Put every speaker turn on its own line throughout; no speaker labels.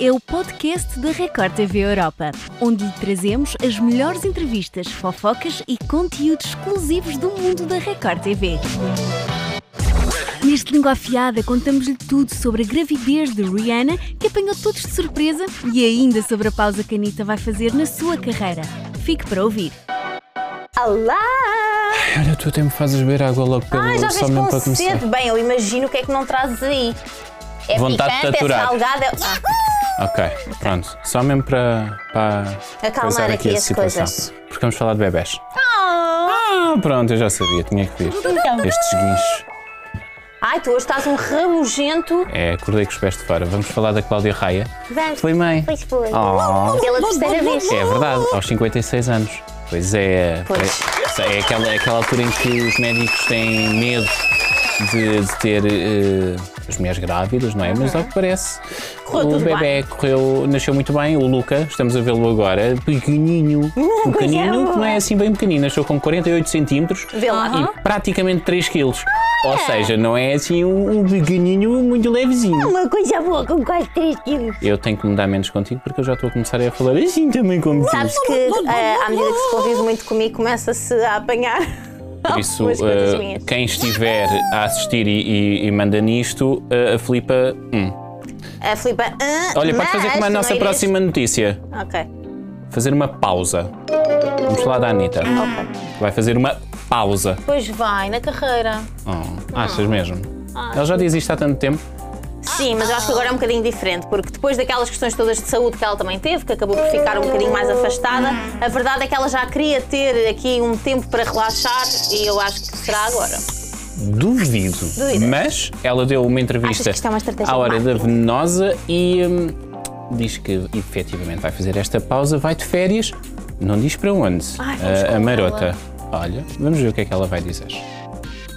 é o podcast da Record TV Europa, onde lhe trazemos as melhores entrevistas, fofocas e conteúdos exclusivos do mundo da Record TV. Neste Língua Afiada contamos-lhe tudo sobre a gravidez de Rihanna, que apanhou todos de surpresa, e ainda sobre a pausa que a Anitta vai fazer na sua carreira. Fique para ouvir.
Olá!
É, Olha, tu até me fazes beber água logo pelo
Ai, já
só
vês
mesmo
com
para começar.
sede. Bem, eu imagino o que é que não trazes aí. É
Vontade de
picante, é
aturar.
salgada. Ah,
Ok, pronto. Só mesmo para, para coisar
aqui
a
as
situação.
coisas.
Porque vamos falar de bebés. Ah, pronto, eu já sabia, tinha que vir.
Então.
Estes guinchos.
Ai, tu hoje estás um rabugento.
É, acordei com os pés de fora. Vamos falar da Cláudia Raia.
Vamos.
Foi mãe.
Pois foi.
Oh.
Pela terceira vez.
É verdade, aos 56 anos. Pois é.
Pois.
É, é aquela, é aquela altura em que os médicos têm medo de, de ter eh, as mulheres grávidas, não é? Mas ao que parece,
Correu
o
tudo bem.
bebê correu, nasceu muito bem. O Luca, estamos a vê-lo agora, pequenininho. Pequenino, que não é assim bem pequenino, nasceu com 48 centímetros
Vê lá. Ah,
e praticamente 3 quilos. Ou seja, não é assim um, um pequenininho muito levezinho.
Uma coisa boa com quase 3 quilos.
Eu tenho que mudar menos contigo porque eu já estou a começar a falar assim também como tu.
Sabes que ah, à medida que se convive muito comigo, começa-se a apanhar.
Por isso,
Umas Oh, coisas
eh,
minhas.
quem estiver a assistir e, e- e manda nisto, eh, a Filipa. hum.
A Filipa. ah,
Olha, pode fazer
mas
como a
tu não
nossa
irias-
próxima notícia:
Ok.
fazer uma pausa. Vamos falar da Anitta. Vai fazer uma pausa.
Pois vai, na carreira.
Oh,
Ah.
achas mesmo? Ela já diz isto há tanto tempo.
Sim, mas eu acho que agora é um bocadinho diferente, porque depois daquelas questões todas de saúde que ela também teve, que acabou por ficar um bocadinho mais afastada, a verdade é que ela já queria ter aqui um tempo para relaxar e eu acho que será agora.
Duvido.
Duvidas.
Mas ela deu uma
Achas que
entrevista
isto é uma estratégia
à hora
de
da Venenosa e hum, diz que efetivamente vai fazer esta pausa, vai de férias, não diz para onde.
Ai, vamos
a- a
com
marota.
ela.
Olha, vamos ver o que é que ela vai dizer.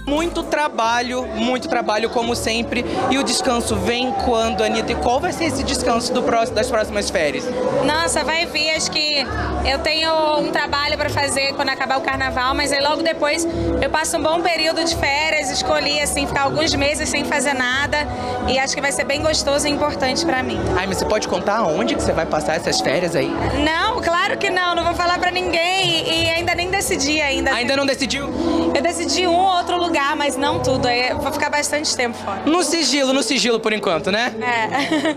Muito trabalho, muito trabalho, como sempre. E o descanso vem quando, Anitta? E qual vai ser esse descanso do próximo, das próximas férias?
Nossa, vai vir. Acho que eu tenho um trabalho para fazer quando acabar o carnaval, mas aí logo depois eu passo um bom período de férias. Escolhi, assim, ficar alguns meses sem fazer nada. E acho que vai ser bem gostoso e importante para mim.
Ai, mas você pode contar onde que você vai passar essas férias aí?
Não, claro que não. Não vou falar para ninguém. E, e ainda nem decidi ainda.
Ainda não decidiu?
Eu decidi um ou outro lugar, mas não tudo. aí eu vou ficar bastante tempo fora.
No sigilo, no sigilo por enquanto, né?
É.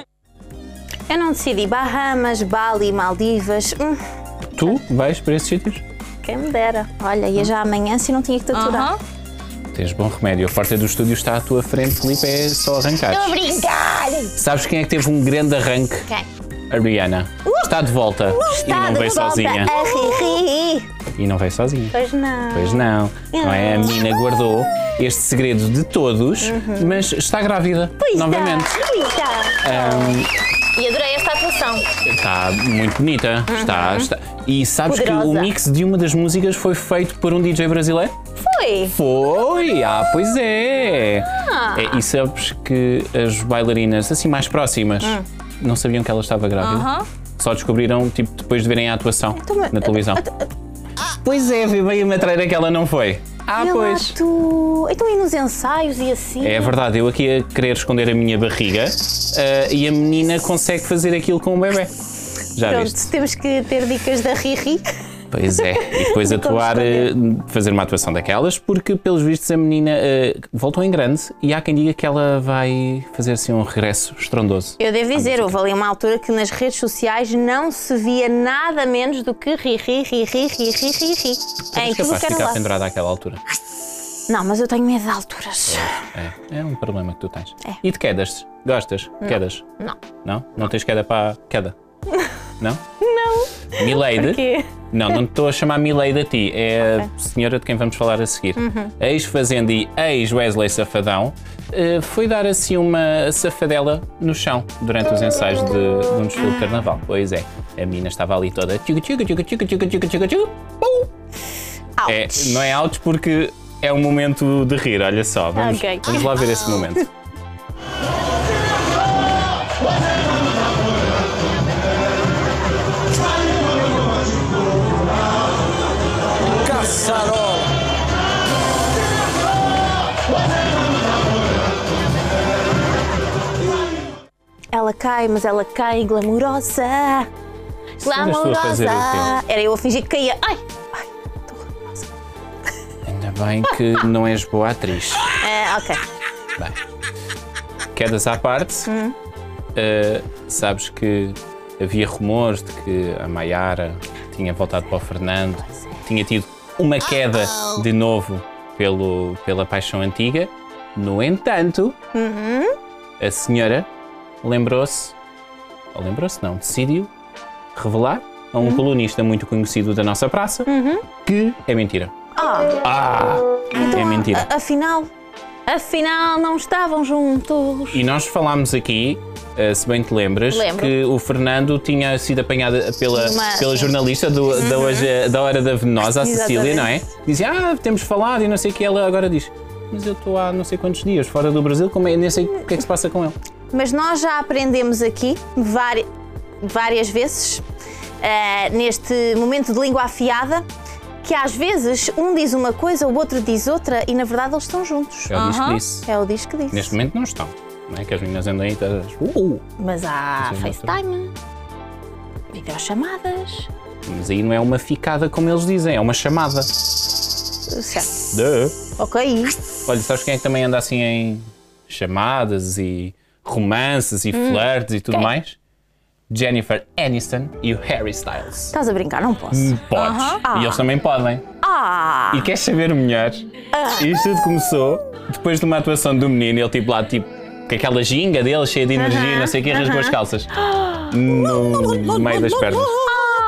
Eu não decidi Bahamas, Bali, Maldivas, hum,
Tu vais para esses sítios?
quem me dera. Olha, ia já amanhã se não tinha que te aturar.
Tens bom remédio. A porta do estúdio está à tua frente, Felipe, é só arrancar.
Estou a brincar!
Sabes quem é que teve um grande arranque?
Quem?
A Rihanna. Está de volta. e não veio sozinha.
A É, ri, ri.
E não veio sozinha.
Pois não.
Pois não. Não é? A menina guardou este segredo de todos, mas está grávida. novamente.
Está, pois está.
Ahm,
E adorei esta atuação.
está muito bonita. Está, está. E sabes que
Poderosa.
o mix de uma das músicas foi feito por um DJ brasileiro?
Foi.
Foi! Ah, pois é! É, E sabes que as bailarinas, assim, mais próximas, não sabiam que ela estava grávida? Só descobriram, tipo, depois de verem a atuação
mas-
na televisão. Pois é, vi bem a matreira que ela não foi. Ah,
E lá
pois.
tu... Então e nos ensaios e assim?
É verdade, eu aqui a querer esconder a minha barriga ah, e a menina consegue fazer aquilo com o bebê. Já
Pronto,
viste?
temos que ter dicas da Riri.
Pois é, e depois
Como
atuar, eh, fazer uma atuação daquelas, porque pelos vistos a menina eh, voltou em grande e há quem diga que ela vai fazer assim um regresso estrondoso.
Eu devo dizer,
música.
houve ali uma altura que nas redes sociais não se via nada menos do que ri, ri, ri, ri, ri, ri, ri, ri. É em
És capaz
tudo que
de
era
ficar
lá.
pendurada àquela altura.
Não, mas eu tenho medo de alturas.
É, é um problema que tu tens. E de quedas? Gostas? Quedas?
É. Não.
Não? Não tens queda para a queda? Não? Não. Milady?
Porquê?
Não, não te estou a chamar Milady a ti, é a senhora de quem vamos falar a seguir.
Uhum.
Ex-fazenda e ex-Wesley Safadão eh, foi dar assim uma safadela no chão durante os ensaios de, de um desfile de carnaval. Pois é, a mina estava ali toda. tchuca, tchuca, tchuca, tchuca, tchuca, tchuca, tchuca, tchuca, pum. É,
Ouch.
não é altos porque é um momento de rir, olha só. Vamos,
Ok.
vamos lá ver esse momento.
Ela cai, mas ela cai glamurosa.
eras tu a fazer
Glamurosa.
o
Era eu a fingir que caía. Ai! Ai, tô glamurosa.
Ainda bem que não és boa atriz.
É, ok.
Bem, quedas à parte, eh, sabes que havia rumores de que a Maiara tinha voltado para o Fernando, tinha tido uma queda de novo pelo, pela paixão antiga. No entanto, a senhora lembrou-se, ou lembrou-se não, decidiu revelar a um colunista muito conhecido da nossa praça que é mentira.
Ah,
Ah, é mentira.
a- afinal. Afinal, não estavam juntos.
E nós falámos aqui, eh, se bem te lembras,
Lembro.
que o Fernando tinha sido apanhado pela,
Uma- Uhum.
pela jornalista do- da, hoje, da Hora da Venenosa, a Cecília,
Exatamente.
não é? Dizia, ah, temos falado e não sei o que. Ela agora diz, mas eu estou há não sei quantos dias fora do Brasil, como é, nem sei o que é que se passa com ele.
Mas nós já aprendemos aqui vari- várias vezes, eh, neste momento de língua afiada, que às vezes um diz uma coisa, o outro diz outra e na verdade eles estão juntos.
É o disco
Aham.
disse.
É o diz que disse.
Neste momento não estão, não é? Que as meninas andam aí todas, uh, uh.
Mas há
Sim,
FaceTime, videochamadas.
Mas aí não é uma ficada como eles dizem, é uma chamada.
Certo.
Duh.
Ok.
Olha, sabes quem é que também anda assim em chamadas e romances e
Hum.
flirts e tudo mais? Jennifer Aniston e o Harry Styles.
Estás a brincar, não posso.
Podes. E eles também podem.
Ah!
E queres saber o melhor? Isto tudo começou depois de uma atuação do menino, ele tipo lá, tipo, com aquela ginga dele, cheia de energia, não sei o quê, rasgou as calças. No meio das pernas.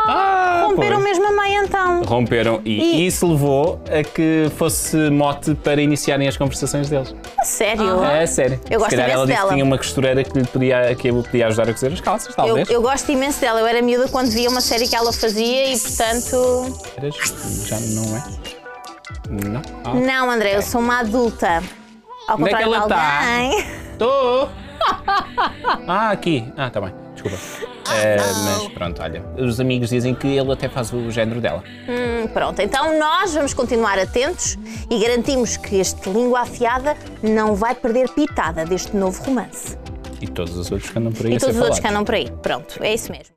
Ah,
Romperam
pois.
mesmo a mãe então.
Romperam. E,
E-
isso levou a que fosse mote para iniciarem as conversações deles.
A sério.
É sério.
Eu gosto
Se calhar
imenso
ela disse
dela.
que tinha uma costureira que lhe podia, que lhe podia ajudar a cozer as calças,
Eu,
talvez.
eu gosto imenso dela. Eu era miúda quando via uma série que ela fazia e, portanto.
Eras- Já não é? Não. Ah.
Não, André, eu sou uma adulta. Ao
Onde é que
contrário
ela
de
tá?
alguém.
Tô! ah, aqui. Ah, tá bem. Desculpa. Eh, mas pronto, olha. Os amigos dizem que ele até faz o género dela.
Hum, Pronto, então nós vamos continuar atentos e garantimos que este língua afiada não vai perder pitada deste novo romance.
E todos os outros que andam por aí
E
a ser
todos os outros que
falados.
andam por aí. Pronto, é isso mesmo.